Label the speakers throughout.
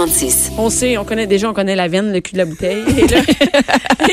Speaker 1: 36.
Speaker 2: On sait, on connaît déjà, on connaît la veine, le cul de la bouteille. Et là,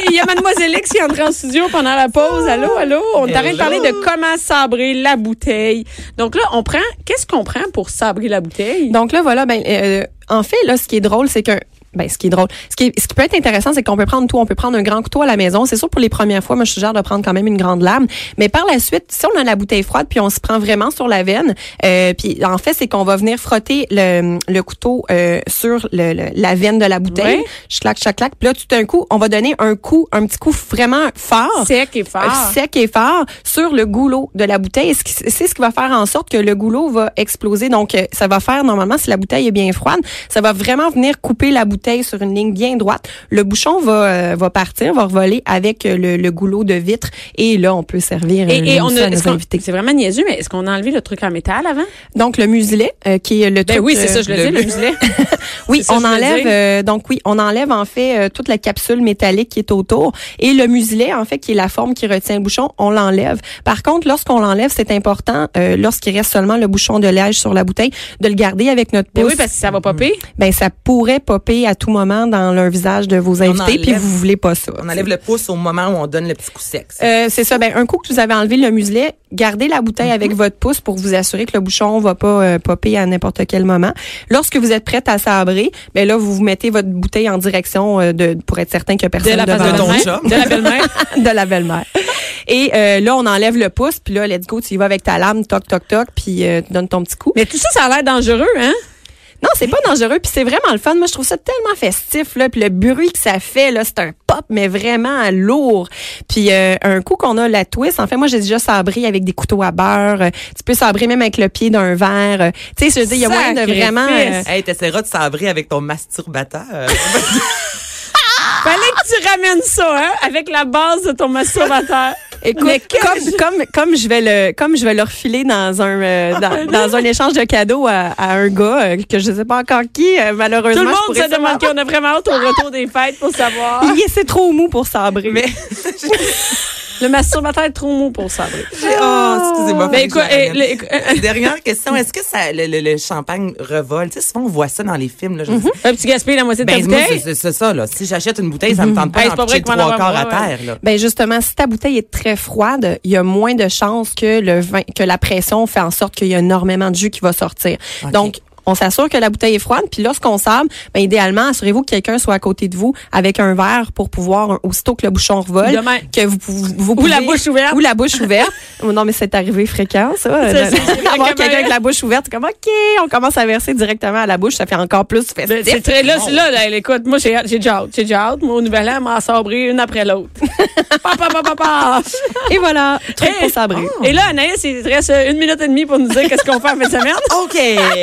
Speaker 2: il y a Mademoiselle X qui est entrée en studio pendant la pause. Allô, allô. On t'arrête de parler de comment sabrer la bouteille. Donc là, on prend, qu'est-ce qu'on prend pour sabrer la bouteille?
Speaker 3: Donc là, voilà, ben, euh, en fait, là, ce qui est drôle, c'est que ben, ce qui est drôle. Ce qui, est- ce qui peut être intéressant, c'est qu'on peut prendre tout. On peut prendre un grand couteau à la maison. C'est sûr, pour les premières fois, moi, je suggère de prendre quand même une grande lame. Mais par la suite, si on a la bouteille froide, puis on se prend vraiment sur la veine, euh, puis en fait, c'est qu'on va venir frotter le, le couteau euh, sur le- le- la veine de la bouteille.
Speaker 2: Ouais.
Speaker 3: Je claque, je claque. Puis là, tout d'un coup, on va donner un coup, un petit coup vraiment fort
Speaker 2: Sec et fort.
Speaker 3: euh, sec et fort sur le goulot de la bouteille. Ce qui- C'est ce qui va faire en sorte que le goulot va exploser. Donc, euh, ça va faire, normalement, si la bouteille est bien froide, ça va vraiment venir couper la bouteille sur une ligne bien droite. Le bouchon va, euh, va partir, va revoler avec euh, le, le goulot de vitre. Et là, on peut servir euh,
Speaker 2: Et, et
Speaker 3: le
Speaker 2: on
Speaker 3: mousse
Speaker 2: a,
Speaker 3: à
Speaker 2: est-ce
Speaker 3: nos
Speaker 2: qu'on-
Speaker 3: invités.
Speaker 2: c'est vraiment niaiseux, mais est-ce qu'on a enlevé le truc en métal avant?
Speaker 3: Donc, le muselet, euh, qui est le
Speaker 2: Ben
Speaker 3: truc,
Speaker 2: oui, c'est
Speaker 3: euh,
Speaker 2: ça, je le
Speaker 3: de-
Speaker 2: dis, le muselet.
Speaker 3: Oui,
Speaker 2: C'est ça
Speaker 3: on
Speaker 2: que je voulais
Speaker 3: enlève
Speaker 2: dire.
Speaker 3: euh, donc oui, on enlève en fait euh, toute la capsule métallique qui est autour et le muselet en fait qui est la forme qui retient le bouchon, on l'enlève. Par contre, lorsqu'on l'enlève, c'est important euh, lorsqu'il reste seulement le bouchon de liège sur la bouteille de le garder avec notre
Speaker 2: Ben
Speaker 3: pouce.
Speaker 2: oui, parce que ça va popper.
Speaker 3: Ben, ça pourrait popper à tout moment dans le visage de vos invités
Speaker 4: enlève-
Speaker 3: puis vous voulez pas ça.
Speaker 4: On enlève le pouce au moment où on donne le petit coup sec.
Speaker 3: Euh, c'est ça. Ben, un coup que vous avez enlevé le muselet, gardez la bouteille
Speaker 2: Mhm.
Speaker 3: avec votre pouce pour vous assurer que le bouchon va pas euh, popper à n'importe quel moment. Lorsque vous êtes prête à sabrer, ben là, vous vous mettez votre bouteille en direction euh, de, pour être certain que personne
Speaker 2: De la face
Speaker 3: devant
Speaker 2: de
Speaker 4: ton
Speaker 3: vous.
Speaker 2: belle-mère.
Speaker 4: chum.
Speaker 2: De la belle-mère.
Speaker 3: de la belle-mère. Et euh, là, on enlève le pouce, puis là, let's go, tu y vas avec ta lame, toc, toc, toc, puis euh, tu donnes ton petit coup.
Speaker 2: Mais tout ça, ça a l'air dangereux, hein?
Speaker 3: Non, c'est pas dangereux, puis c'est vraiment le fun. Moi, je trouve ça tellement festif, là, puis le bruit que ça fait, là, c'est un pop, mais vraiment lourd. Puis euh, un coup qu'on a la twist, en fait, moi, j'ai déjà sabré avec des couteaux à beurre. Euh, Tu peux sabrer même avec le pied d'un verre. Euh, Tu sais, je veux dire, il y a moyen de
Speaker 2: Sacrifice.
Speaker 3: vraiment... euh,
Speaker 4: Hey, t'essaieras de sabrer avec ton masturbateur.
Speaker 2: Ah! Fallait que tu ramènes ça, hein, avec la base de ton masturbateur.
Speaker 3: Écoute,
Speaker 2: Mais quel-
Speaker 3: comme, comme, comme je vais le, comme je vais le refiler dans un, euh, dans, dans un échange de cadeaux à, à un gars euh, que je sais pas encore qui, euh,
Speaker 2: Tout
Speaker 3: malheureusement.
Speaker 2: le
Speaker 3: je
Speaker 2: monde
Speaker 3: pourrais
Speaker 2: se
Speaker 3: savoir-
Speaker 2: demande Ah. qu'on a vraiment hâte au retour des fêtes pour savoir.
Speaker 3: Il est- c'est trop mou pour sabrer.
Speaker 4: Mais-
Speaker 2: Le masturbateur est trop mou pour sabrer.
Speaker 4: oh, excusez-moi.
Speaker 2: Ben
Speaker 4: fallait que je
Speaker 2: écoute, eh,
Speaker 4: la ramène. Dernière question, est-ce que ça, le, le- le champagne revole? Tu sais, souvent on voit ça dans les films. Là, je dis,
Speaker 2: un petit gaspille la moitié de ta
Speaker 4: ben, moi, c'est-
Speaker 2: bouteille.
Speaker 4: c'est c'est ça. Là. Si j'achète une bouteille, ça me tente pas
Speaker 2: Mhm. Hey,
Speaker 4: d'en
Speaker 2: c'est pas vrai
Speaker 4: pitcher
Speaker 2: qu'on en
Speaker 4: trois
Speaker 2: va
Speaker 4: quarts à
Speaker 2: voir, ouais.
Speaker 4: terre. Là.
Speaker 3: Ben justement, si ta bouteille est très froide, il y a moins de chances que le vin, que la pression fait en sorte qu'il y a énormément de jus qui va sortir.
Speaker 4: Ok.
Speaker 3: Donc on s'assure que la bouteille est froide, puis lorsqu'on sable, ben idéalement, assurez-vous que quelqu'un soit à côté de vous avec un verre pour pouvoir, aussitôt que le bouchon revole,
Speaker 2: De même.
Speaker 3: que vous, pou- vous
Speaker 2: Ou la
Speaker 3: pouvez-
Speaker 2: bouche ouverte.
Speaker 3: Ou la bouche ouverte. Oh non, mais c'est arrivé fréquent, ça.
Speaker 2: C'est ça, c'est
Speaker 3: D'avoir
Speaker 2: fréquemment.
Speaker 3: quelqu'un avec la bouche ouverte, c'est comme, OK, on commence à verser directement à la bouche, ça fait encore plus
Speaker 2: Ben,
Speaker 3: festif.
Speaker 2: c'est très, là, c'est- là, là, écoute, moi, j'ai, hâte, j'ai déjà hâte, j'ai déjà hâte. Moi, au nouvel an, m'en sabrer une après l'autre. pa, pa, pa, pa, pa.
Speaker 3: Et voilà, truc pour sabrer.
Speaker 2: Et là, Anaïs, il te reste euh, une minute et demie pour nous dire qu'est-ce qu'on fait en fin de semaine.
Speaker 4: OK.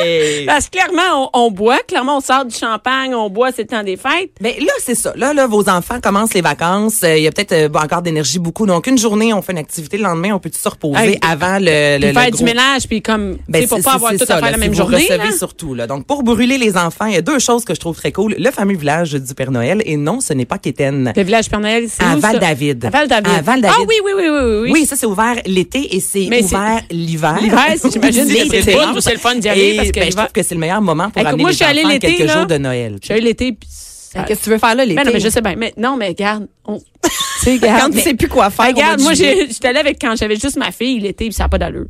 Speaker 2: Parce que clairement, on, on boit. Clairement, on sort du champagne, on boit, c'est le temps des fêtes.
Speaker 4: Ben là, c'est ça. Là, là, vos enfants commencent les vacances. Euh, Il y a peut-être euh, bon, encore d'énergie beaucoup. Donc, une journée, on fait une activité. Le lendemain, on peut se reposer
Speaker 2: Hey,
Speaker 4: avant le, le,
Speaker 2: Puis
Speaker 4: le
Speaker 2: faire du
Speaker 4: gros-
Speaker 2: ménage, puis comme, tu
Speaker 4: Ben,
Speaker 2: sais, pour
Speaker 4: c'est-
Speaker 2: pas
Speaker 4: c'est-
Speaker 2: avoir
Speaker 4: c'est
Speaker 2: tout
Speaker 4: ça,
Speaker 2: à faire
Speaker 4: là,
Speaker 2: la
Speaker 4: si
Speaker 2: même
Speaker 4: vous
Speaker 2: journée. hein?
Speaker 4: recevez
Speaker 2: là.
Speaker 4: surtout. Là. Donc, pour brûler les enfants, il y a deux choses que je trouve très cool. Le fameux village du Père Noël. Et non, ce n'est pas Kéten.
Speaker 2: Le village Père Noël, c'est
Speaker 4: À
Speaker 2: où, ça?
Speaker 4: Val-David.
Speaker 2: À Val-David.
Speaker 4: À Val-David.
Speaker 2: Ah oui, oui, oui, oui, oui.
Speaker 4: Oui, ça, c'est ouvert l'été et c'est
Speaker 2: Mais
Speaker 4: ouvert l'hiver.
Speaker 2: L'hiver, c'est- j'imagine que c'est le
Speaker 4: L'été.
Speaker 2: fun, c'est le fun d'y aller
Speaker 4: Et,
Speaker 2: parce que
Speaker 4: ben, je
Speaker 2: l'hiver-
Speaker 4: trouve que c'est le meilleur moment pour
Speaker 2: Écoute,
Speaker 4: amener
Speaker 2: moi, je suis
Speaker 4: les
Speaker 2: allée
Speaker 4: enfants
Speaker 2: l'été,
Speaker 4: quelques
Speaker 2: là.
Speaker 4: jours de Noël.
Speaker 2: J'ai eu l'été, puis ça-
Speaker 3: Qu'est-ce que tu veux faire là, l'été?
Speaker 2: Mais non, mais je sais bien. Mais, non, mais regarde, on-
Speaker 3: Tu sais, Quand
Speaker 2: mais-
Speaker 3: tu sais plus quoi faire. au mois
Speaker 2: regarde
Speaker 3: de
Speaker 2: moi,
Speaker 3: juillet.
Speaker 2: j'ai- j'étais allée avec quand j'avais juste ma fille l'été, puis ça n'a pas d'allure.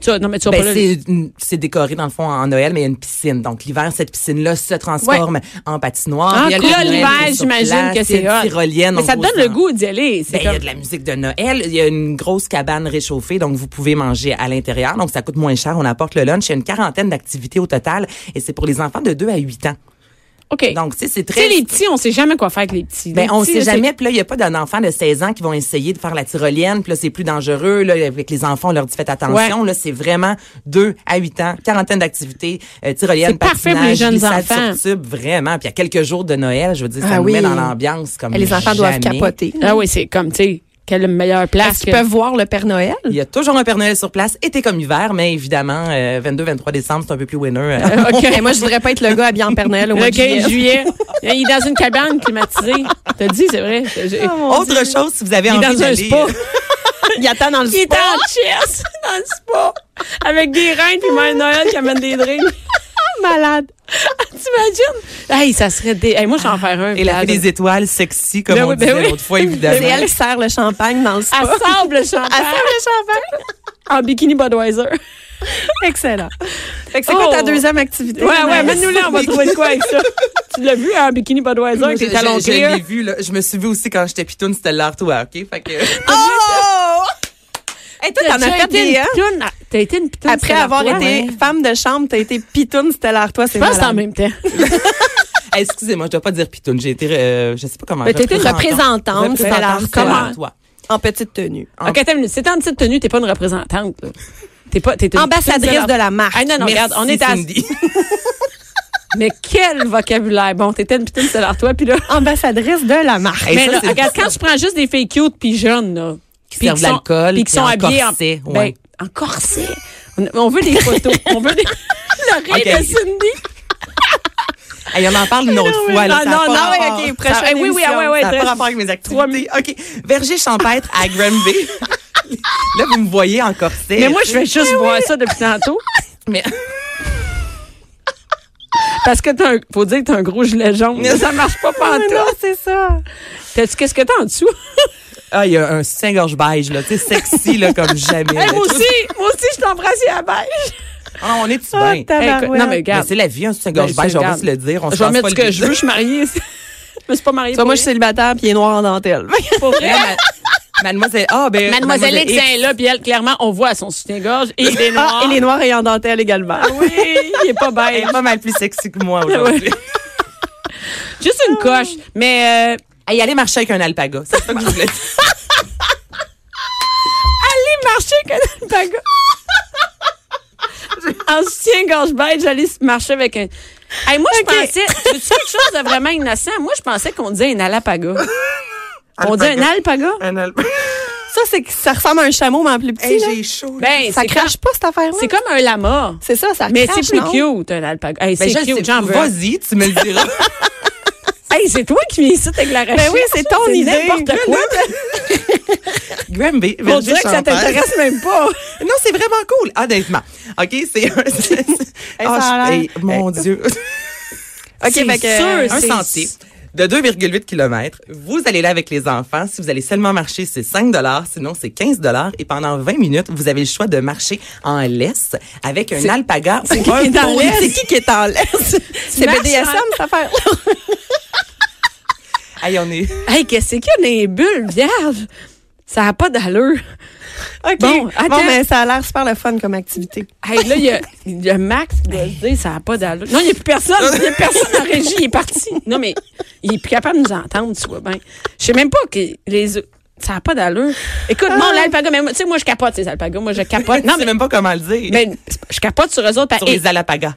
Speaker 2: Tu vois, non, mais tu vas
Speaker 4: Ben,
Speaker 2: pas là.
Speaker 4: c'est une- c'est décoré dans le fond en Noël, mais il y a une piscine. Donc l'hiver, cette piscine-là se transforme en
Speaker 2: Ah,
Speaker 4: patinoire. Il y a le
Speaker 2: cool.
Speaker 4: Père Noël
Speaker 2: L'hiver,
Speaker 4: qui est sur
Speaker 2: j'imagine
Speaker 4: place,
Speaker 2: que
Speaker 4: il y a
Speaker 2: c'est
Speaker 4: une
Speaker 2: hot.
Speaker 4: tyrolienne.
Speaker 2: Mais
Speaker 4: en
Speaker 2: ça te
Speaker 4: gros
Speaker 2: donne le
Speaker 4: sens.
Speaker 2: goût d'y aller.
Speaker 4: Ben,
Speaker 2: C'est
Speaker 4: il y a
Speaker 2: comme-
Speaker 4: de la musique de Noël, il y a une grosse cabane réchauffée, donc vous pouvez manger à l'intérieur. Donc ça coûte moins cher, on apporte le lunch. Il y a une quarantaine d'activités au total et c'est pour les enfants de 2 à 8 ans.
Speaker 2: OK.
Speaker 4: Donc tu sais, c'est
Speaker 2: tu sais,
Speaker 4: très...
Speaker 2: les petits, on sait jamais quoi faire avec les petits.
Speaker 4: Ben,
Speaker 2: Les
Speaker 4: on
Speaker 2: petits,
Speaker 4: sait
Speaker 2: là,
Speaker 4: jamais. Puis là, il n'y a pas d'un enfant de 16 ans qui vont essayer de faire la tyrolienne. Puis là, c'est plus dangereux. Là, avec les enfants, on leur dit faites attention. Là, c'est vraiment 2 à 8 ans, quarantaine d'activités, euh, tyrolienne,
Speaker 2: C'est parfait
Speaker 4: patinage,
Speaker 2: pour les jeunes
Speaker 4: glissade
Speaker 2: enfants.
Speaker 4: sur tube, vraiment. Puis il y a quelques jours de Noël, je veux dire, ça
Speaker 3: Ah
Speaker 4: nous
Speaker 3: oui.
Speaker 4: met dans l'ambiance comme
Speaker 3: Et les enfants doivent
Speaker 4: Ah, jamais.
Speaker 3: capoter.
Speaker 2: Ah oui, c'est comme, tu sais, quelle meilleure place
Speaker 3: Est-ce qu'ils peuvent voir le Père Noël?
Speaker 4: Il y a toujours un Père Noël sur place, été comme hiver, mais évidemment, 22-23 décembre, c'est un peu plus winner. euh,
Speaker 2: OK.
Speaker 3: Mais moi, je voudrais pas être le gars habillé en Père Noël au mois
Speaker 2: Le
Speaker 3: de juillet.
Speaker 2: 15 juillet. Il est dans une cabane climatisée. T'as dit, c'est vrai. J'ai-
Speaker 4: Autre chose, si vous avez
Speaker 2: Oh, Il est
Speaker 4: Oh, envie
Speaker 2: dans un
Speaker 4: d'aller, euh, hein.
Speaker 2: spa.
Speaker 3: Il attend dans le
Speaker 2: Il est
Speaker 3: spa.
Speaker 2: en chess dans le spa avec des reines puis Mère Noël qui amène des drinks. malade. T'imagines? Ah. Hey, ça serait des. Hey, moi, j'en faire un.
Speaker 4: Et la
Speaker 2: là,
Speaker 4: fille
Speaker 2: de-
Speaker 4: des étoiles sexy, comme
Speaker 2: Ben
Speaker 4: on
Speaker 2: oui, ben
Speaker 4: disait
Speaker 2: oui.
Speaker 4: l'autre fois,
Speaker 3: C'est
Speaker 4: évidemment.
Speaker 3: elle qui sert le champagne dans le spa.
Speaker 2: À sable le champagne.
Speaker 3: Elle sert le champagne.
Speaker 2: En bikini Budweiser.
Speaker 3: Excellent. Fait que c'est
Speaker 2: Oh.
Speaker 3: quoi ta deuxième activité?
Speaker 2: Ouais, ouais,
Speaker 3: Anaïs?
Speaker 2: mets-nous-le, on va trouver de quoi avec ça. Tu l'as vu, hein, bikini Budweiser avec
Speaker 4: Je,
Speaker 2: tes
Speaker 4: je-
Speaker 2: talons
Speaker 4: je l'ai
Speaker 2: clear.
Speaker 4: vu, là. Je me suis vu aussi quand j'étais pitoune, c'était l'art toi, OK? Fait que...
Speaker 3: Oh! Hey, toi, t'en as
Speaker 2: déjà
Speaker 3: fait
Speaker 2: été
Speaker 3: des,
Speaker 2: une
Speaker 3: hein?
Speaker 2: pitoune, hein? T'as été une pitoune.
Speaker 3: Après
Speaker 2: Stella
Speaker 3: avoir
Speaker 2: Artois,
Speaker 3: été
Speaker 2: ouais.
Speaker 3: femme de chambre, t'as été pitoune stellaire. Toi, c'est
Speaker 2: Je pense que c'est en
Speaker 3: malade.
Speaker 2: même temps.
Speaker 4: Hey, Excusez-moi, je dois pas dire pitoune. J'ai été... euh, je sais pas
Speaker 2: Ben,
Speaker 4: comment...
Speaker 3: Mais t'étais une représentante, c'était Ah, l'art.
Speaker 4: Représentante, c'était l'art, toi.
Speaker 3: En petite tenue.
Speaker 2: OK, attends une minute. Si t'es en petite tenue, t'es pas une représentante, là. T'es pas, t'es une
Speaker 3: Ambassadrice de la marque.
Speaker 2: Ah non, non,
Speaker 4: Merci,
Speaker 2: regarde, on est à...
Speaker 4: Cindy.
Speaker 2: Mais quel vocabulaire. Bon, t'étais une pitoune, c'est toi, puis là...
Speaker 3: Ambassadrice de la marque.
Speaker 4: Hey,
Speaker 2: mais
Speaker 4: ça,
Speaker 2: là,
Speaker 4: c'est-
Speaker 2: regarde, quand je prends juste des filles cute puis jeunes, là...
Speaker 4: Qui
Speaker 2: puis
Speaker 4: servent de
Speaker 2: sont-
Speaker 4: l'alcool,
Speaker 2: Puis qui
Speaker 4: puis
Speaker 2: sont
Speaker 4: en
Speaker 2: habillées
Speaker 4: corset,
Speaker 2: en...
Speaker 4: ouais.
Speaker 2: Ben, en corset. On, on veut des photos. on veut des... Le rire
Speaker 4: OK.
Speaker 2: de Cindy.
Speaker 4: Hey, on en parle une autre
Speaker 2: mais
Speaker 4: fois. là,
Speaker 2: Ah, non,
Speaker 4: ça a
Speaker 2: non,
Speaker 4: pas
Speaker 2: non,
Speaker 4: rapport.
Speaker 2: ouais, OK,
Speaker 4: Ça a-
Speaker 2: prochaine
Speaker 4: oui, oui, ah, ouais,
Speaker 2: émission.
Speaker 4: ouais,
Speaker 2: Ça a
Speaker 4: très-
Speaker 2: pas
Speaker 4: rapport avec mes activités. OK. Verger champêtre à Granby. là, vous me voyez en corset.
Speaker 2: Mais moi, je vais
Speaker 4: Eh
Speaker 2: juste voir ça depuis tantôt.
Speaker 4: Mais-
Speaker 2: Parce que t'as un... Faut dire que t'as un gros gilet jaune. Ça marche pas
Speaker 3: Non,
Speaker 2: pantoute.
Speaker 3: c'est ça.
Speaker 2: T'as-tu... Qu'est-ce que t'as en dessous?
Speaker 4: Ah, il y a un saint-gorge beige, là. Tu sais, sexy, là, comme jamais.
Speaker 2: Hey,
Speaker 4: là.
Speaker 2: moi aussi, moi aussi, je t'embrasse à la beige.
Speaker 4: Ah, on est-tu
Speaker 3: Ah,
Speaker 4: bien?
Speaker 2: Hey,
Speaker 3: tabarouette.
Speaker 2: écoute, non, mais
Speaker 4: Mais
Speaker 2: regarde.
Speaker 4: c'est la vie, un
Speaker 2: Ben,
Speaker 4: saint-gorge
Speaker 2: je
Speaker 4: beige, on va
Speaker 2: regarde.
Speaker 4: se le dire. On se
Speaker 2: je vais
Speaker 4: lance
Speaker 2: mettre
Speaker 4: pas
Speaker 2: ce
Speaker 4: le
Speaker 2: que je veux. Je
Speaker 4: visage.
Speaker 2: suis mariée. Je me suis pas mariée.
Speaker 3: Tu vois,
Speaker 2: pour
Speaker 3: moi, je suis
Speaker 2: rien.
Speaker 3: célibataire puis il est noir en dentelle.
Speaker 2: Pour
Speaker 4: Mais
Speaker 2: vrai.
Speaker 4: Eh, ma- Mademoiselle, ah,
Speaker 3: Euh,
Speaker 4: ben.
Speaker 2: Mademoiselle X
Speaker 4: X.
Speaker 2: est là, puis elle, clairement, on voit son soutien-gorge et il est noir.
Speaker 3: Ah, et les noirs et en dentelle également.
Speaker 2: Ah Oui, il est pas
Speaker 4: Elle
Speaker 2: bête.
Speaker 4: est pas mal plus sexy que moi aujourd'hui.
Speaker 2: Juste une coche. Mais euh,
Speaker 4: Hey, allez marcher avec un alpaga. C'est ça que je voulais dire.
Speaker 2: allez marcher avec un alpaga. en soutien-gorge beige, j'allais marcher avec un... Hey, moi, je pensais... Tu veux-tu quelque chose de vraiment innocent? Moi, je pensais qu'on disait un alapaga. On dit un
Speaker 4: Alpaga.
Speaker 2: alpaga?
Speaker 4: Un alpaga.
Speaker 3: Ça, c'est que ça ressemble à un chameau, mais en plus petit.
Speaker 4: Hey,
Speaker 3: là.
Speaker 4: j'ai chaud. là.
Speaker 2: Ben,
Speaker 3: ça
Speaker 2: c'est
Speaker 3: crache pas, cette affaire-là.
Speaker 2: comme- C'est comme un lama.
Speaker 3: C'est ça, ça
Speaker 2: Mais
Speaker 3: crache,
Speaker 2: c'est plus
Speaker 3: non?
Speaker 2: cute, un alpaga. Hey,
Speaker 4: Ben,
Speaker 2: c'est
Speaker 4: je sais
Speaker 2: cute, j'en
Speaker 4: pas.
Speaker 2: veux.
Speaker 4: Vas-y, tu me le diras.
Speaker 2: Hey, c'est toi qui viens ici avec la recherche.
Speaker 3: Ben oui, c'est ton idée.
Speaker 2: n'importe quoi.
Speaker 4: Granby,
Speaker 2: On
Speaker 4: Virgil
Speaker 2: dirait que ça
Speaker 4: Champagne.
Speaker 2: t'intéresse même pas.
Speaker 4: Non, c'est vraiment cool, honnêtement. OK, c'est un... c'est-
Speaker 3: ça a
Speaker 4: je-
Speaker 3: l'air-
Speaker 4: mon Dieu.
Speaker 3: OK,
Speaker 2: C'est
Speaker 3: fait que...
Speaker 2: sûr.
Speaker 4: un
Speaker 2: c'est-
Speaker 4: sentier de 2,8 km. Vous allez là avec les enfants. Si vous allez seulement marcher, c'est 5 sinon c'est 15 et pendant 20 minutes, vous avez le choix de marcher en laisse avec un alpaga ou
Speaker 3: qui
Speaker 4: un
Speaker 3: est en
Speaker 4: pony.
Speaker 3: l'aise? C'est qui qui est en l'aise? C'est
Speaker 2: marches
Speaker 3: BDSM,
Speaker 2: en-
Speaker 3: cette affaire-là.
Speaker 4: Hey, on est
Speaker 2: Hey, qu'est-ce qu'il y a dans les bulles, vierge? Ça n'a pas d'allure.
Speaker 3: OK.
Speaker 2: Bon, attends.
Speaker 3: mais ça a l'air super le fun comme activité.
Speaker 2: Hey, là, il y a, il y a Max qui doit se dire ça n'a pas d'allure. Non, il n'y a plus personne. Il n'y a personne en régie. Il est parti. Non, mais il n'est plus capable de nous entendre, tu vois. Ben, je sais même pas que les. Ça n'a pas d'allure. Écoute,
Speaker 4: Ah.
Speaker 2: mon l'alpaga, mais moi, tu sais, moi, je capote ces alpagas. Moi, je capote. Non,
Speaker 4: je sais
Speaker 2: mais,
Speaker 4: même pas comment le dire.
Speaker 2: ben, je capote sur eux autres. par-
Speaker 4: Sur
Speaker 2: et-
Speaker 4: les alapagas.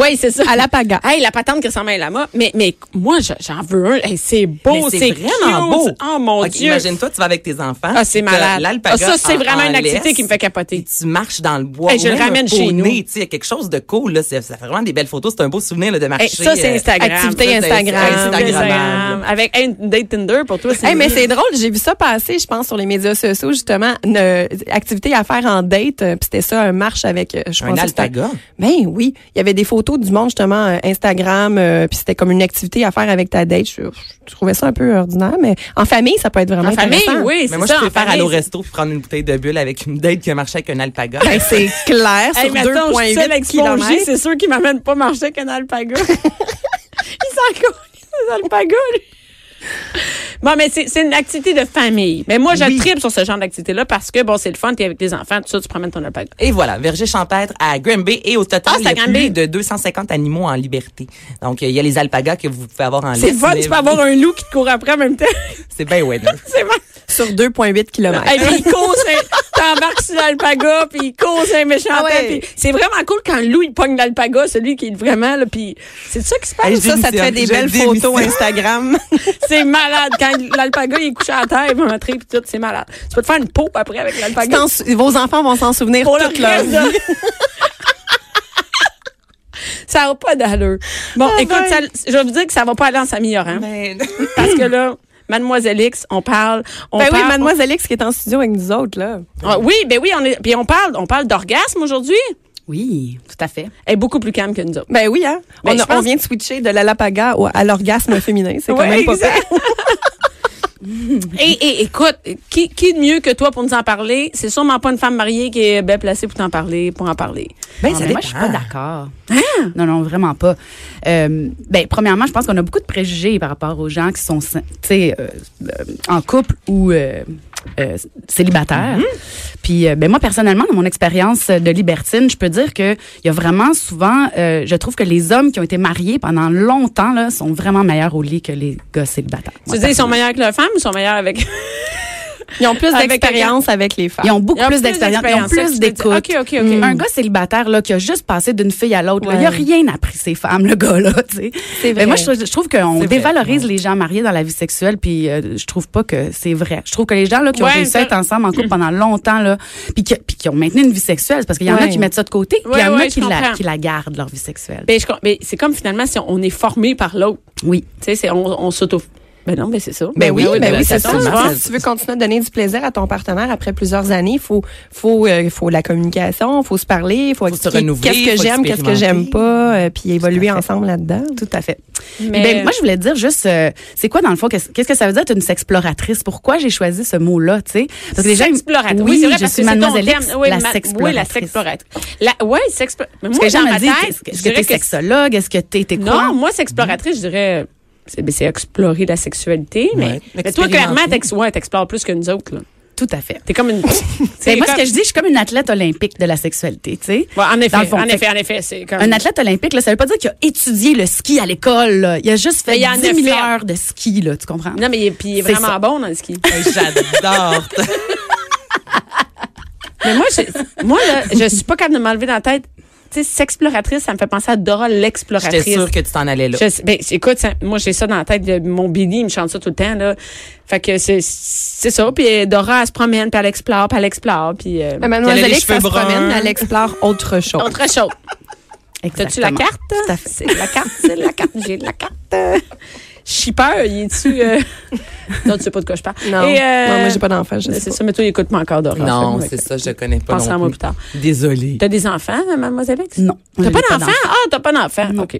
Speaker 2: Oui, c'est ça.
Speaker 3: à la paga.
Speaker 2: Hey, la patente qui ressemble à un lama. Mais, mais moi, je- j'en veux un. Hey, c'est beau,
Speaker 4: Mais
Speaker 2: c'est
Speaker 4: vraiment beau.
Speaker 2: cute. Oh mon
Speaker 4: Ok,
Speaker 2: Dieu.
Speaker 4: Imagine-toi, tu vas avec tes enfants.
Speaker 2: Ah, c'est
Speaker 4: t'as
Speaker 2: malade.
Speaker 4: l'alpaga
Speaker 2: Ah, ça, c'est
Speaker 4: en-
Speaker 2: vraiment
Speaker 4: en
Speaker 2: une activité
Speaker 4: laisse.
Speaker 2: qui me fait capoter.
Speaker 4: tu marches dans le bois.
Speaker 2: Hey, je
Speaker 4: ou
Speaker 2: le
Speaker 4: même
Speaker 2: ramène
Speaker 4: un
Speaker 2: chez nous.
Speaker 4: poney, Tu sais, il y a quelque chose de cool, là. C'est ça fait vraiment des belles photos. C'est un beau souvenir, là, de marcher.
Speaker 2: Hey, ça, c'est
Speaker 4: euh,
Speaker 2: Instagram.
Speaker 3: activité
Speaker 2: Ça, c'est-
Speaker 3: Instagram.
Speaker 2: c'est
Speaker 4: Instagrammable.
Speaker 2: Avec hey, une date Tinder pour toi, c'est.
Speaker 3: Hey, mais c'est drôle, j'ai vu ça passer, je pense, sur les médias sociaux, justement, une euh, activité à faire en date, euh, puis c'était ça, un marche avec, euh, je
Speaker 4: Un
Speaker 3: pense que c'était-
Speaker 4: alpaga?
Speaker 3: Ben oui, il y avait des photos du monde, justement, euh, Instagram, euh, puis c'était comme une activité à faire avec ta date. Je, je trouvais ça un peu ordinaire, mais en famille, ça peut être vraiment
Speaker 2: En famille,
Speaker 3: intéressant.
Speaker 2: oui,
Speaker 4: Mais
Speaker 2: c'est
Speaker 4: moi,
Speaker 2: ça.
Speaker 4: je
Speaker 2: en
Speaker 4: préfère
Speaker 2: famille.
Speaker 4: aller au resto puis prendre une bouteille de bulle avec une date qui a marché avec un alpaga.
Speaker 3: Ben, c'est clair,
Speaker 2: Hey,
Speaker 3: sur
Speaker 2: mais attends, je suis seule
Speaker 3: 2,8
Speaker 2: avec Spongy,
Speaker 3: kilomètres.
Speaker 2: c'est sûr qu'il m'amène pas marcher avec un alpaga. Il s'en cogne, les alpagas, lui. Bon, mais c'est c'est une activité de famille. Mais moi, je
Speaker 4: Oui.
Speaker 2: tripe sur ce genre d'activité-là parce que, bon, c'est le fun, t'es avec tes enfants, tout ça, tu promènes ton alpaga.
Speaker 4: Et voilà, verger champêtre à Granby et au total,
Speaker 2: Ah,
Speaker 4: il
Speaker 2: c'est
Speaker 4: y
Speaker 2: à
Speaker 4: a
Speaker 2: Granby.
Speaker 4: plus de 250 animaux en liberté. Donc, euh, il y a les alpagas que vous pouvez avoir en
Speaker 2: C'est le
Speaker 4: laisse,
Speaker 2: fun,
Speaker 4: mais
Speaker 2: tu peux avoir un loup qui te court après en même temps.
Speaker 4: C'est bien winner.
Speaker 2: c'est bon.
Speaker 3: Sur 2,8 kilomètres.
Speaker 2: Hey, puis il cause un- t'embarques sur l'alpaga, puis il cause un méchant
Speaker 3: Ah ouais.
Speaker 2: temps, puis c'est vraiment cool quand le loup, il pogne l'alpaga, celui qui est vraiment, là, puis c'est ça qui se passe.
Speaker 4: Hey, je
Speaker 3: ça, ça te fait
Speaker 4: démissionne,
Speaker 3: des
Speaker 4: je
Speaker 3: belles photos
Speaker 4: démissionne.
Speaker 3: Instagram.
Speaker 2: C'est malade. Quand l'alpaga il est couché à terre, il va entrer puis tout, c'est malade. Tu peux te faire une peau après avec l'alpaga.
Speaker 3: T'en sou- Vos enfants vont s'en souvenir
Speaker 2: Pour le
Speaker 3: toute leur
Speaker 2: reste
Speaker 3: vie.
Speaker 2: de- Ça n'a pas d'allure. Bon,
Speaker 3: Ah
Speaker 2: écoute,
Speaker 3: ben.
Speaker 2: ça- je vais vous dire que ça va pas aller en s'améliorant. hein.
Speaker 4: Mais-
Speaker 2: Parce que là, Mademoiselle X, on parle. On
Speaker 3: Ben oui,
Speaker 2: parle-
Speaker 3: Mademoiselle X qui est en studio avec nous autres, là.
Speaker 2: Ah oui, ben oui, on est, puis on parle, on parle d'orgasme aujourd'hui.
Speaker 1: Oui, tout à fait.
Speaker 2: Elle est beaucoup plus calme que nous autres.
Speaker 3: Ben oui, hein.
Speaker 2: Ben,
Speaker 3: on,
Speaker 2: je
Speaker 3: a-
Speaker 2: pense-
Speaker 3: on vient de switcher de l'alapaga au- à l'orgasme féminin. C'est quand
Speaker 2: Ouais,
Speaker 3: même pas
Speaker 2: exact.
Speaker 3: pire.
Speaker 2: Et, et écoute, qui, qui de mieux que toi pour nous en parler? C'est sûrement pas une femme mariée qui est bien placée pour t'en parler, pour en parler.
Speaker 4: Ben,
Speaker 1: Ah,
Speaker 4: ça
Speaker 1: mais moi, je suis pas
Speaker 4: dépend.
Speaker 1: d'accord. Hein? Non, non, vraiment pas. Euh, ben, premièrement, je pense qu'on a beaucoup de préjugés par rapport aux gens qui sont, tu sais, euh, euh, en couple ou euh, euh, célibataires. Puis, euh, ben, moi, personnellement, dans mon expérience de libertine, je peux dire que il y a vraiment souvent, euh, je trouve que les hommes qui ont été mariés pendant longtemps, là, sont vraiment meilleurs au lit que les gars célibataires.
Speaker 2: Tu
Speaker 1: Moi,
Speaker 2: veux dire, ils sont meilleurs avec leurs femmes ou ils sont meilleurs avec.
Speaker 3: Ils ont plus
Speaker 2: Avec
Speaker 3: d'expérience avec les femmes.
Speaker 1: Ils ont beaucoup
Speaker 2: Ils ont
Speaker 1: plus d'expérience, ils ont
Speaker 2: d'expérience,
Speaker 1: plus
Speaker 2: c'est ce que tu
Speaker 1: d'écoute. Mm.
Speaker 2: veux dire. OK, OK, OK.
Speaker 1: Un gars célibataire là, qui a juste passé d'une fille à l'autre, là, il a
Speaker 3: Ouais.
Speaker 1: rien appris ses femmes, le gars là. tu sais.
Speaker 3: C'est
Speaker 1: Ben,
Speaker 3: vrai.
Speaker 1: moi, je, trouve- je trouve qu'on
Speaker 4: vrai,
Speaker 1: dévalorise les gens mariés dans la vie sexuelle, puis euh, je trouve pas que c'est vrai. Je trouve que les gens là, qui ont
Speaker 2: Ouais, ben
Speaker 1: réussi à être ensemble en couple pendant longtemps, là, puis, qui, puis qui ont maintenu une vie sexuelle, c'est parce qu'il y en a
Speaker 3: Ouais.
Speaker 1: qui mettent ça de côté, puis il y
Speaker 2: Ouais,
Speaker 1: en
Speaker 2: ouais,
Speaker 1: a qui
Speaker 2: je
Speaker 1: la,
Speaker 2: comprends.
Speaker 1: qui la gardent, leur vie sexuelle.
Speaker 2: Ben, je com- ben, c'est comme finalement si on, on est formé par l'autre.
Speaker 1: Oui.
Speaker 2: Tu sais, c'est- on, on s'auto. Ben non, ben c'est ça.
Speaker 3: Ben oui, ben
Speaker 4: ben
Speaker 3: oui, c'est ça.
Speaker 4: ça tombe bien.
Speaker 3: Si tu veux continuer à donner du plaisir à ton partenaire après plusieurs années, faut faut euh, faut la communication, faut se parler, faut,
Speaker 4: se
Speaker 3: expliquer
Speaker 4: renouveler,
Speaker 3: qu'est-ce que
Speaker 4: faut
Speaker 3: j'aime, qu'est-ce que
Speaker 4: expérimenter.
Speaker 3: j'aime pas, euh, puis évoluer
Speaker 1: fait.
Speaker 3: ensemble là-dedans. Euh,
Speaker 1: Tout à fait.
Speaker 2: Mais-
Speaker 1: Ben, moi, je voulais te dire juste, euh, c'est quoi dans le fond, qu'est-ce qu'est-ce que ça veut dire être une sexploratrice? Pourquoi j'ai choisi ce mot-là, tu sais? Parce
Speaker 2: Sexploratrice.
Speaker 1: Oui,
Speaker 2: c'est vrai,
Speaker 1: je
Speaker 2: parce
Speaker 1: suis
Speaker 2: que c'est ton
Speaker 1: mademoiselle
Speaker 2: terme.
Speaker 1: X,
Speaker 2: Oui,
Speaker 1: la
Speaker 2: ma-
Speaker 1: sexploratrice.
Speaker 2: Oui, la sexploratrice. La, ouais, sexploratrice. Mais moi,
Speaker 1: Est-ce que
Speaker 2: dans
Speaker 1: j'en
Speaker 2: ma
Speaker 1: me dit,
Speaker 2: tête,
Speaker 1: est-ce que-
Speaker 2: je
Speaker 1: est-ce que
Speaker 2: dirais
Speaker 1: t'es
Speaker 2: que c'est-
Speaker 1: sexologue? Est-ce que t'es t'es quoi?
Speaker 2: Non, moi, c'est exploratrice, je dirais. C'est, ben, c'est explorer la sexualité, mais,
Speaker 4: Ouais,
Speaker 2: mais toi, clairement,
Speaker 4: expérimenter.
Speaker 2: t'ex- ouais, t'explores plus que nous autres. Là.
Speaker 1: Tout à fait.
Speaker 2: T'es comme une.
Speaker 1: Ben,
Speaker 2: c'est
Speaker 1: moi, ce
Speaker 2: comme-
Speaker 1: que je dis, je suis comme une athlète olympique de la sexualité, tu sais.
Speaker 2: Ouais, en
Speaker 1: Dans
Speaker 2: effet,
Speaker 1: le fond,
Speaker 2: en
Speaker 1: fait-
Speaker 2: effet, en effet, c'est comme.
Speaker 1: Un athlète olympique, là, ça veut pas dire qu'il a étudié le ski à l'école. là. Il a juste fait
Speaker 2: Mais il en
Speaker 1: 10 000
Speaker 2: a fait.
Speaker 1: heures de ski, là, tu comprends?
Speaker 2: Non, mais il est, puis il est
Speaker 1: C'est
Speaker 2: vraiment
Speaker 1: ça.
Speaker 2: bon dans le ski.
Speaker 4: J'adore.
Speaker 2: mais moi, je, moi là, je suis pas capable de m'enlever dans la tête. Tu sais, sexploratrice, ça me fait penser à Dora l'exploratrice.
Speaker 4: J'étais sûre que tu t'en allais là.
Speaker 2: Je sais- ben, écoute, ça- moi, j'ai ça dans la tête. de Mon Billy, il me chante ça tout le temps, là. Fait que c'est, c'est ça. Puis euh, Dora, elle se promène, puis elle explore, puis elle explore, puis... euh,
Speaker 3: Mais
Speaker 1: Ah,
Speaker 4: Qu'elle a
Speaker 3: Mademoiselle
Speaker 4: les
Speaker 3: X, ça
Speaker 4: cheveux
Speaker 3: se promène,
Speaker 4: bruns.
Speaker 3: elle explore autre chose.
Speaker 2: autre chose. T'as-tu la carte?
Speaker 1: Tout à fait.
Speaker 2: C'est la carte, c'est la carte. J'ai la carte. Euh, Shipper, il est-tu... euh, Non, tu sais pas de quoi je parle.
Speaker 3: Non,
Speaker 2: Et, euh,
Speaker 3: non, moi j'ai pas d'enfant, je
Speaker 2: ben,
Speaker 3: sais
Speaker 2: C'est
Speaker 3: pas.
Speaker 2: ça, mais toi, écoute-moi encore, Dora.
Speaker 4: Non,
Speaker 2: Fait que-
Speaker 4: c'est ça, je connais pas.
Speaker 2: Pense
Speaker 4: non
Speaker 2: à moi
Speaker 4: plus.
Speaker 2: plus tard.
Speaker 4: Désolée.
Speaker 2: T'as des enfants, euh, mademoiselle X?
Speaker 1: Non.
Speaker 2: T'as
Speaker 1: J'ai
Speaker 2: pas d'enfant? Ah, t'as pas d'enfant.
Speaker 1: Non.
Speaker 2: OK.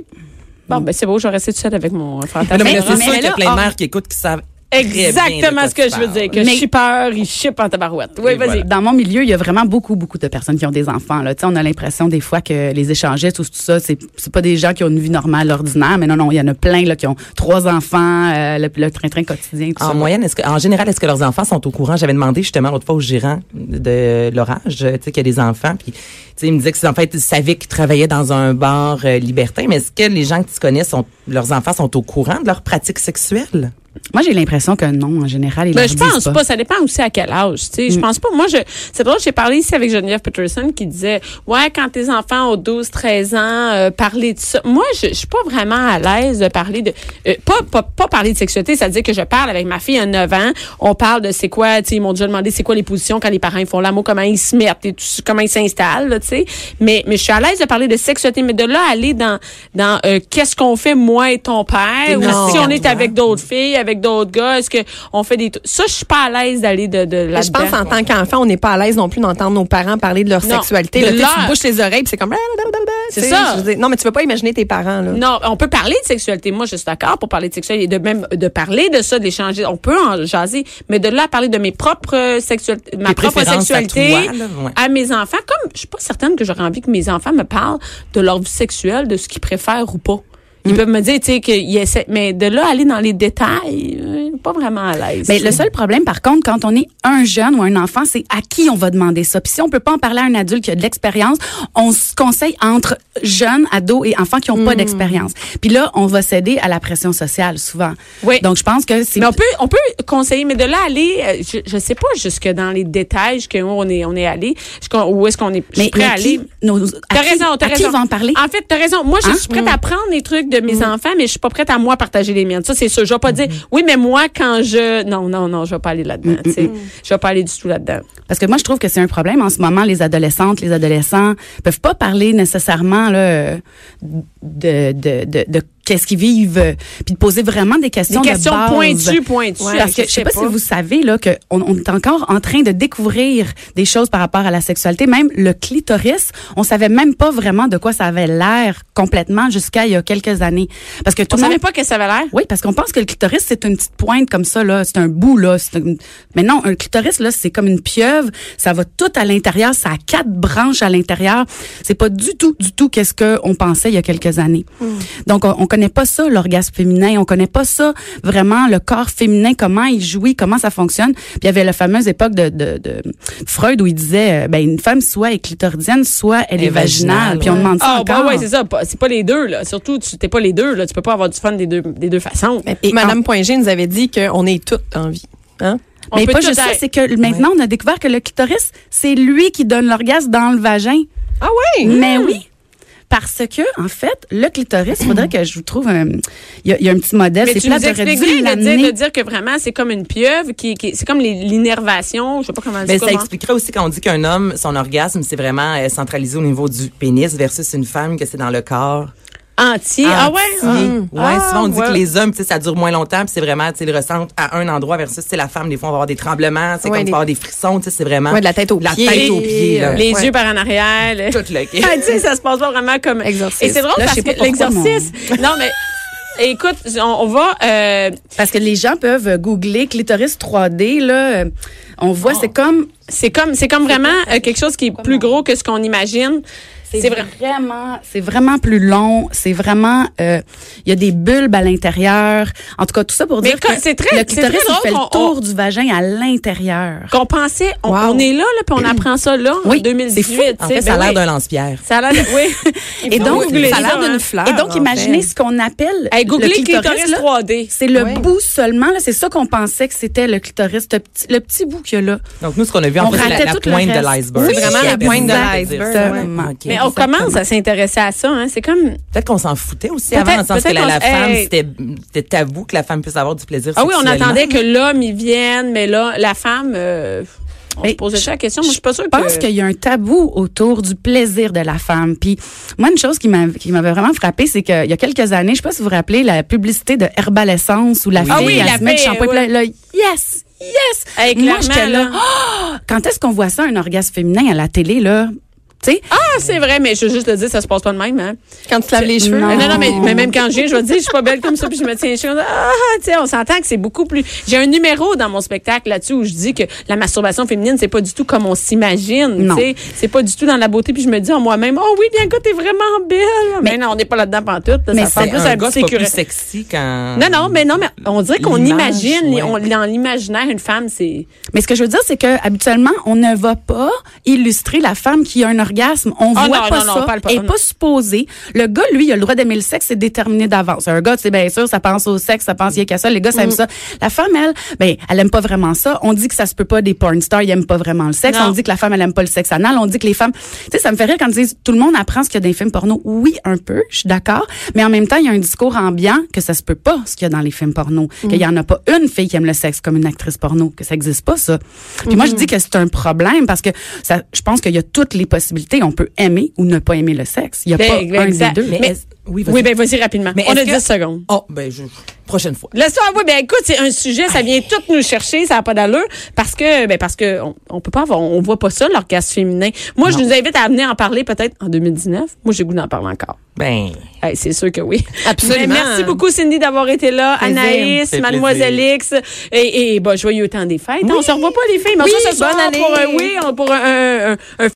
Speaker 2: Bon, ben c'est beau, je vais rester toute seule avec mon frère.
Speaker 4: Non, mais là,
Speaker 1: Mais
Speaker 4: c'est sûr
Speaker 1: là,
Speaker 4: qu'il y a plein
Speaker 1: on-
Speaker 4: de mères qui écoutent qui savent. très bien de
Speaker 2: Ah. Exactement
Speaker 4: quoi
Speaker 2: ce que
Speaker 4: tu
Speaker 2: je veux
Speaker 4: parles.
Speaker 2: dire. Que
Speaker 1: Mais-
Speaker 2: shipper, il ship en tabarouette. Oui,
Speaker 4: Et
Speaker 2: vas-y.
Speaker 4: voilà.
Speaker 1: Dans mon milieu, il y a vraiment beaucoup, beaucoup de personnes qui ont des enfants. Là. Tu sais, On a l'impression des fois que les échangistes ou tout ça, c'est c'est pas des gens qui ont une vie normale, ordinaire, mais non, non, il y en a plein là, qui ont trois enfants, euh, le le train-train quotidien, tout ça.
Speaker 4: En moyenne, est-ce que, en général, est-ce que leurs enfants sont au courant? J'avais demandé justement l'autre fois au gérant de l'orage, tu sais, qu'il y a des enfants, puis tu sais, il me disait que en fait, il savait qu'ils travaillaient dans un bar euh, libertin, mais est-ce que les gens que tu connais sont, leurs enfants sont au courant de leur pratique sexuelle?
Speaker 1: Moi, j'ai l'impression que non, en général, ils
Speaker 2: Ben,
Speaker 1: leur
Speaker 2: je
Speaker 1: disent Mm.
Speaker 2: pense pas. Ça dépend aussi à quel âge. Tu sais, je pense pas. Moi, je, c'est drôle, j'ai parlé ici avec Geneviève Peterson qui disait, ouais, quand tes enfants ont 12, 13 ans, euh, parler de ça. Moi, je, je suis pas vraiment à l'aise de parler de, euh, pas, pas, pas parler de sexualité. C'est-à-dire que je parle avec ma fille à 9 ans. On parle de c'est quoi, tu sais, ils m'ont déjà demandé c'est quoi les positions quand les parents ils font l'amour, comment ils se mettent et tout, ça, comment ils s'installent, là, tu sais. Mais, mais je suis à l'aise de parler de sexualité. Mais de là, à aller dans, dans, euh, qu'est-ce qu'on fait, moi et ton père, ou
Speaker 4: Non.
Speaker 2: si on est avec d'autres filles, avec d'autres gars, est-ce que on fait des t- ça je suis pas à l'aise d'aller de de là
Speaker 3: Mais je pense en tant qu'enfant, on n'est pas à l'aise non plus d'entendre nos parents parler de leur
Speaker 2: Non,
Speaker 3: sexualité.
Speaker 2: de
Speaker 3: Là, tu sais,
Speaker 2: leur-
Speaker 3: tu bouches les oreilles, puis c'est comme. Ah,
Speaker 2: C'est
Speaker 3: Tu sais,
Speaker 2: ça.
Speaker 3: je veux dire, non, mais tu peux pas imaginer tes parents là.
Speaker 2: Non, on peut parler de sexualité. Moi, je suis d'accord pour parler de sexualité et de même de parler de ça, d'échanger. On peut en jaser, mais de là à parler de mes propres sexualités, ma
Speaker 4: Tes
Speaker 2: propre
Speaker 4: préférences à
Speaker 2: sexualité
Speaker 4: toi, là, ouais.
Speaker 2: à mes enfants. Comme je suis pas certaine que j'aurais envie que mes enfants me parlent de leur vie sexuelle, de ce qu'ils préfèrent ou pas.
Speaker 3: Mm.
Speaker 2: Ils peuvent me dire, tu sais, qu'ils essaient, mais de là à aller dans les détails, euh, pas vraiment à l'aise.
Speaker 1: Mais Ben, le seul problème, par contre, quand on est un jeune ou un enfant, c'est à qui on va demander ça. Puis si on peut pas en parler à un adulte qui a de l'expérience, on se conseille entre jeunes, ados et enfants qui ont
Speaker 2: Hmm.
Speaker 1: pas d'expérience. Puis là, on va céder à la pression sociale souvent.
Speaker 2: Oui.
Speaker 1: Donc je pense que c'est
Speaker 2: Mais on peut, on peut conseiller, mais de là à aller, euh, je, je sais pas jusque dans les détails, jusqu'où on est, on est allé, jusqu'où- où est-ce qu'on est, je
Speaker 1: mais
Speaker 2: suis prêt à
Speaker 1: à qui,
Speaker 2: aller.
Speaker 1: nos, à
Speaker 2: T'as
Speaker 1: qui-
Speaker 2: raison, t'as
Speaker 1: à
Speaker 2: raison.
Speaker 1: qui va en parler
Speaker 2: En fait, t'as raison. Moi, je
Speaker 1: Hein? Mm.
Speaker 2: suis prête à prendre les trucs de mes enfants, mais je suis pas prête à moi partager les miennes. Ça, c'est sûr. Je vais pas
Speaker 1: Mm-hmm.
Speaker 2: dire, oui, mais moi, quand je, non, non, non, je vais pas aller là-dedans, tu sais. Je vais pas aller du tout là-dedans.
Speaker 1: Parce que moi, je trouve que c'est un problème en ce moment. Les adolescentes, les adolescents peuvent pas parler nécessairement là, de, de, de, de qu'est-ce qu'ils vivent, euh, puis de poser vraiment des questions
Speaker 2: Des questions
Speaker 1: de base.
Speaker 2: pointues, pointues.
Speaker 1: Ouais, parce que je sais pas, si vous savez là que on, on est encore en train de découvrir des choses par rapport à la sexualité, même le clitoris, on savait même pas vraiment de quoi ça avait l'air complètement jusqu'à il y a quelques années parce que
Speaker 2: On
Speaker 1: tout le monde
Speaker 2: savait pas que ça avait l'air.
Speaker 1: oui, parce qu'on pense que le clitoris, c'est une petite pointe comme ça, là. C'est un bout, là. c'est une- Mais non, un clitoris, là, c'est comme une pieuvre. Ça va tout à l'intérieur. Ça a quatre branches à l'intérieur. C'est pas du tout, du tout qu'est-ce qu'on pensait il y a quelques années.
Speaker 2: Hmm.
Speaker 1: Donc, on, on connaît pas ça, l'orgasme féminin. On connaît pas ça, vraiment, le corps féminin, comment il jouit, comment ça fonctionne. Puis, il y avait la fameuse époque de, de, de Freud où il disait, euh, ben, une femme, soit est clitoridienne, soit elle
Speaker 4: Elle
Speaker 1: est
Speaker 4: est
Speaker 1: vaginale.
Speaker 4: vaginale,
Speaker 1: Puis, on demande ça
Speaker 2: Ah, bah
Speaker 1: encore.
Speaker 2: ouais, c'est ça. pas- C'est pas les deux, là. Surtout, tu t'es pas les deux, là. Tu peux pas avoir du fun des deux, des deux façons.
Speaker 3: Mais Madame Poingé nous avait dit qu'on est toutes en vie. Hein?
Speaker 2: On
Speaker 1: mais
Speaker 2: peut
Speaker 1: pas
Speaker 2: tout
Speaker 1: juste ça,
Speaker 2: être.
Speaker 1: c'est que maintenant, on a découvert que le clitoris, c'est lui qui donne l'orgasme dans le vagin.
Speaker 3: Ah oui!
Speaker 2: Hmm.
Speaker 1: Mais oui! Parce que, en fait, le clitoris, il faudrait que je vous trouve un. Il y, a- il y a un petit modèle.
Speaker 2: Mais
Speaker 1: C'est
Speaker 2: tu nous
Speaker 1: plate, j'aurais
Speaker 2: expliques
Speaker 1: dû
Speaker 2: bien de dire, de
Speaker 1: l'amener.
Speaker 2: dire que vraiment, c'est comme une pieuvre, qui, qui- c'est comme les- l'innervation, je sais pas comment
Speaker 4: Ben,
Speaker 2: dire.
Speaker 4: ça expliquerait aussi quand on dit qu'un homme, son orgasme, c'est vraiment euh, centralisé au niveau du pénis versus une femme que c'est dans le corps.
Speaker 2: Entier. Ah ouais?
Speaker 4: Entier.
Speaker 2: Ah.
Speaker 4: Ouais,
Speaker 2: Ah,
Speaker 4: souvent on dit
Speaker 2: ouais.
Speaker 4: que les hommes, tu sais, ça dure moins longtemps, puis c'est vraiment, tu sais, ils ressentent à un endroit versus, tu sais, la femme, des fois, on va avoir des tremblements, c'est
Speaker 3: Ouais,
Speaker 4: comme
Speaker 3: des-
Speaker 4: tu vas avoir des frissons, tu sais, c'est vraiment.
Speaker 3: Ouais, de la tête aux
Speaker 4: la
Speaker 3: pieds.
Speaker 4: tête aux pieds, là.
Speaker 2: Les
Speaker 3: Ouais.
Speaker 2: yeux par en arrière. le-
Speaker 4: Tout le
Speaker 2: Ah, tu sais, ça se passe pas vraiment comme
Speaker 3: Exorciste.
Speaker 2: Et c'est drôle
Speaker 1: Là, je
Speaker 2: parce
Speaker 1: sais
Speaker 2: que
Speaker 1: pas pourquoi,
Speaker 2: l'exercice. Non, mais écoute, on, on va. euh,
Speaker 1: Parce que les gens peuvent googler clitoris 3D, là. euh, On voit,
Speaker 2: Oh.
Speaker 1: c'est comme.
Speaker 2: c'est comme, c'est comme vraiment euh, quelque chose qui est plus gros que ce qu'on imagine. C'est vrai.
Speaker 1: vraiment, c'est vraiment plus long. C'est vraiment, euh, il y a des bulbes à l'intérieur. En tout cas, tout ça pour
Speaker 2: Mais
Speaker 1: dire
Speaker 2: comme
Speaker 1: que
Speaker 2: c'est très-
Speaker 1: le
Speaker 2: c'est très
Speaker 1: clitoris il
Speaker 2: drôle
Speaker 1: fait
Speaker 2: qu'on-
Speaker 1: le tour du vagin à l'intérieur.
Speaker 2: Qu'on pensait, on,
Speaker 3: Wow.
Speaker 2: on est là, là, puis on apprend ça là, en
Speaker 1: Oui, c'est
Speaker 2: 2018.
Speaker 4: En
Speaker 2: tu sais,
Speaker 4: fait, ça a
Speaker 2: ben
Speaker 4: l'air
Speaker 2: oui.
Speaker 4: d'un lance-pierre.
Speaker 2: Ça a l'air de- Oui.
Speaker 1: Et donc,
Speaker 2: Googlez
Speaker 1: ça a
Speaker 2: ça,
Speaker 1: l'air
Speaker 2: hein.
Speaker 1: d'une
Speaker 3: fleur.
Speaker 1: Et donc,
Speaker 3: en
Speaker 1: imaginez
Speaker 3: fait.
Speaker 1: ce qu'on appelle
Speaker 2: Hey,
Speaker 1: le
Speaker 2: googlez
Speaker 1: clitoris.
Speaker 2: clitoris
Speaker 1: là.
Speaker 2: 3D.
Speaker 1: C'est le
Speaker 3: Ouais.
Speaker 1: bout seulement, là. C'est ça qu'on pensait que c'était le clitoris, le petit, le petit bout qu'il y a là.
Speaker 4: Donc, nous, ce qu'on a vu,
Speaker 1: On
Speaker 4: en fait, c'est
Speaker 1: ratait
Speaker 4: la, la
Speaker 1: tout le
Speaker 4: pointe de
Speaker 1: reste.
Speaker 4: l'iceberg.
Speaker 1: Oui,
Speaker 3: C'est vraiment
Speaker 4: Ce qui
Speaker 3: la
Speaker 4: est
Speaker 3: pointe de
Speaker 4: pertinent dire
Speaker 3: l'iceberg,
Speaker 4: ça.
Speaker 3: ouais.
Speaker 1: Exactement.
Speaker 4: Ok.
Speaker 2: Mais on commence à s'intéresser à ça, hein. C'est comme.
Speaker 4: Peut-être qu'on s'en foutait aussi
Speaker 2: Peut-être-
Speaker 4: avant, dans le sens que
Speaker 2: peut-être
Speaker 4: la, la
Speaker 2: qu'on s-
Speaker 4: femme,
Speaker 2: hey.
Speaker 4: c'était c'était tabou que la femme puisse avoir du plaisir
Speaker 2: Ah oui, on
Speaker 4: sexuellement.
Speaker 2: attendait que l'homme y vienne, mais là, la femme. euh, on
Speaker 1: Ben,
Speaker 2: se posait
Speaker 1: je-
Speaker 2: la question. Moi, je suis pas sûre
Speaker 1: Je pense
Speaker 2: que.
Speaker 1: qu'il y a un tabou autour du plaisir de la femme. Puis moi, une chose qui m'avait qui m'avait vraiment frappée, c'est qu'il y a quelques années, je sais pas si vous vous rappelez, la publicité de Herbal Essence où la fille,
Speaker 2: Ah oui,
Speaker 1: elle
Speaker 2: la
Speaker 1: se met du
Speaker 2: fille,
Speaker 1: shampoing, puis
Speaker 2: ouais.
Speaker 1: là, là, yes, yes!
Speaker 2: Hey,
Speaker 1: moi,
Speaker 2: clairement,
Speaker 1: j'étais là,
Speaker 2: là.
Speaker 1: Ah! quand est-ce qu'on voit ça, un orgasme féminin à la télé, là? Tu sais,
Speaker 2: Ah, c'est vrai, mais je veux juste le dire, ça se passe pas de même, hein.
Speaker 3: Quand tu te laves les cheveux.
Speaker 1: Non.
Speaker 2: Non, non,
Speaker 3: là.
Speaker 2: mais, mais même quand je viens, je vais te dire, je suis pas belle comme ça, puis je me tiens les cheveux. Ah, tu sais, on s'entend que c'est beaucoup plus. J'ai un numéro dans mon spectacle là-dessus où je dis que la masturbation féminine, c'est pas du tout comme on s'imagine.
Speaker 1: Non.
Speaker 2: Tu sais, c'est pas du tout dans la beauté, puis je me dis en moi-même, oh oui, bien que t'es vraiment belle. Mais, non, on n'est pas là-dedans pantoute. Là,
Speaker 1: Mais
Speaker 2: ça
Speaker 1: c'est
Speaker 2: parle
Speaker 4: C'est
Speaker 2: plus
Speaker 4: un
Speaker 2: à
Speaker 4: gars,
Speaker 2: du
Speaker 4: c'est pas plus
Speaker 2: sécurité.
Speaker 4: sexy quand...
Speaker 2: Non, non, mais non, mais on dirait qu'on
Speaker 4: Ah. L'image,
Speaker 2: imagine,
Speaker 4: ouais.
Speaker 2: on, dans l'imaginaire, une femme, c'est.
Speaker 1: Mais ce que je veux dire, c'est que habituellement, on ne va pas illustrer la femme qui a un orgasme. On
Speaker 2: Ah
Speaker 1: voit
Speaker 2: non,
Speaker 1: pas
Speaker 2: non, non, on
Speaker 1: ça.
Speaker 2: parle pas,
Speaker 1: et
Speaker 2: non.
Speaker 1: pas supposé. Le gars, lui, il a le droit d'aimer le sexe, c'est déterminé d'avance. Un gars, c'est bien sûr, ça pense au sexe, ça pense qu'il y a qu'à ça. Les gars, ça aime
Speaker 2: Mm.
Speaker 1: ça. La femme, elle, ben, elle aime pas vraiment ça. On dit que ça se peut pas des porn stars, ils aiment pas vraiment le sexe.
Speaker 2: Non.
Speaker 1: On dit que la femme, elle aime pas le sexe anal. On dit que les femmes, tu sais, ça me fait rire quand ils disent tout le monde apprend ce qu'il y a dans les films porno. Oui, un peu, je suis d'accord. Mais en même temps, il y a un discours ambiant que ça se peut pas ce qu'il y a dans les films porno.
Speaker 2: Mm.
Speaker 1: Qu'il y en a pas une fille qui aime le sexe comme une actrice porno. Que ça existe pas, ça. Puis
Speaker 2: Mm-hmm.
Speaker 1: moi, je dis que c'est un problème parce que ça, je pense qu'il y a toutes les possibilités. On peut aimer ou ne pas aimer le sexe. Il y a
Speaker 2: Ben,
Speaker 1: pas un des
Speaker 2: exact.
Speaker 1: deux.
Speaker 4: Mais,
Speaker 2: Mais-
Speaker 4: est-ce- oui, vas-y.
Speaker 2: Oui, ben vas-y rapidement.
Speaker 4: Mais
Speaker 2: on a
Speaker 4: est-ce
Speaker 2: 10
Speaker 4: que-
Speaker 2: secondes.
Speaker 4: Oh, ben, je... prochaine fois.
Speaker 2: Laisse ça, oui, ben écoute, c'est un sujet, ça vient tout nous chercher, ça n'a pas d'allure, parce que, ben parce que on, on peut pas avoir, on voit pas ça, l'orgasme féminin. Moi, je nous invite à venir en parler peut-être en 2019. Moi, j'ai goût d'en parler encore.
Speaker 4: Ben...
Speaker 2: Hey, c'est sûr que oui.
Speaker 3: Absolument.
Speaker 2: Mais merci beaucoup, Cindy, d'avoir été là.
Speaker 3: Plaisir.
Speaker 2: Anaïs,
Speaker 4: Fait
Speaker 2: Mademoiselle
Speaker 4: plaisir.
Speaker 2: X. ben, Et, et bon, joyeux temps des fêtes. On se revoit pas, les filles. Mais on
Speaker 3: Oui,
Speaker 2: se revoit
Speaker 3: bonne
Speaker 2: pour,
Speaker 3: année.
Speaker 2: un- oui, on- pour un- un- un- un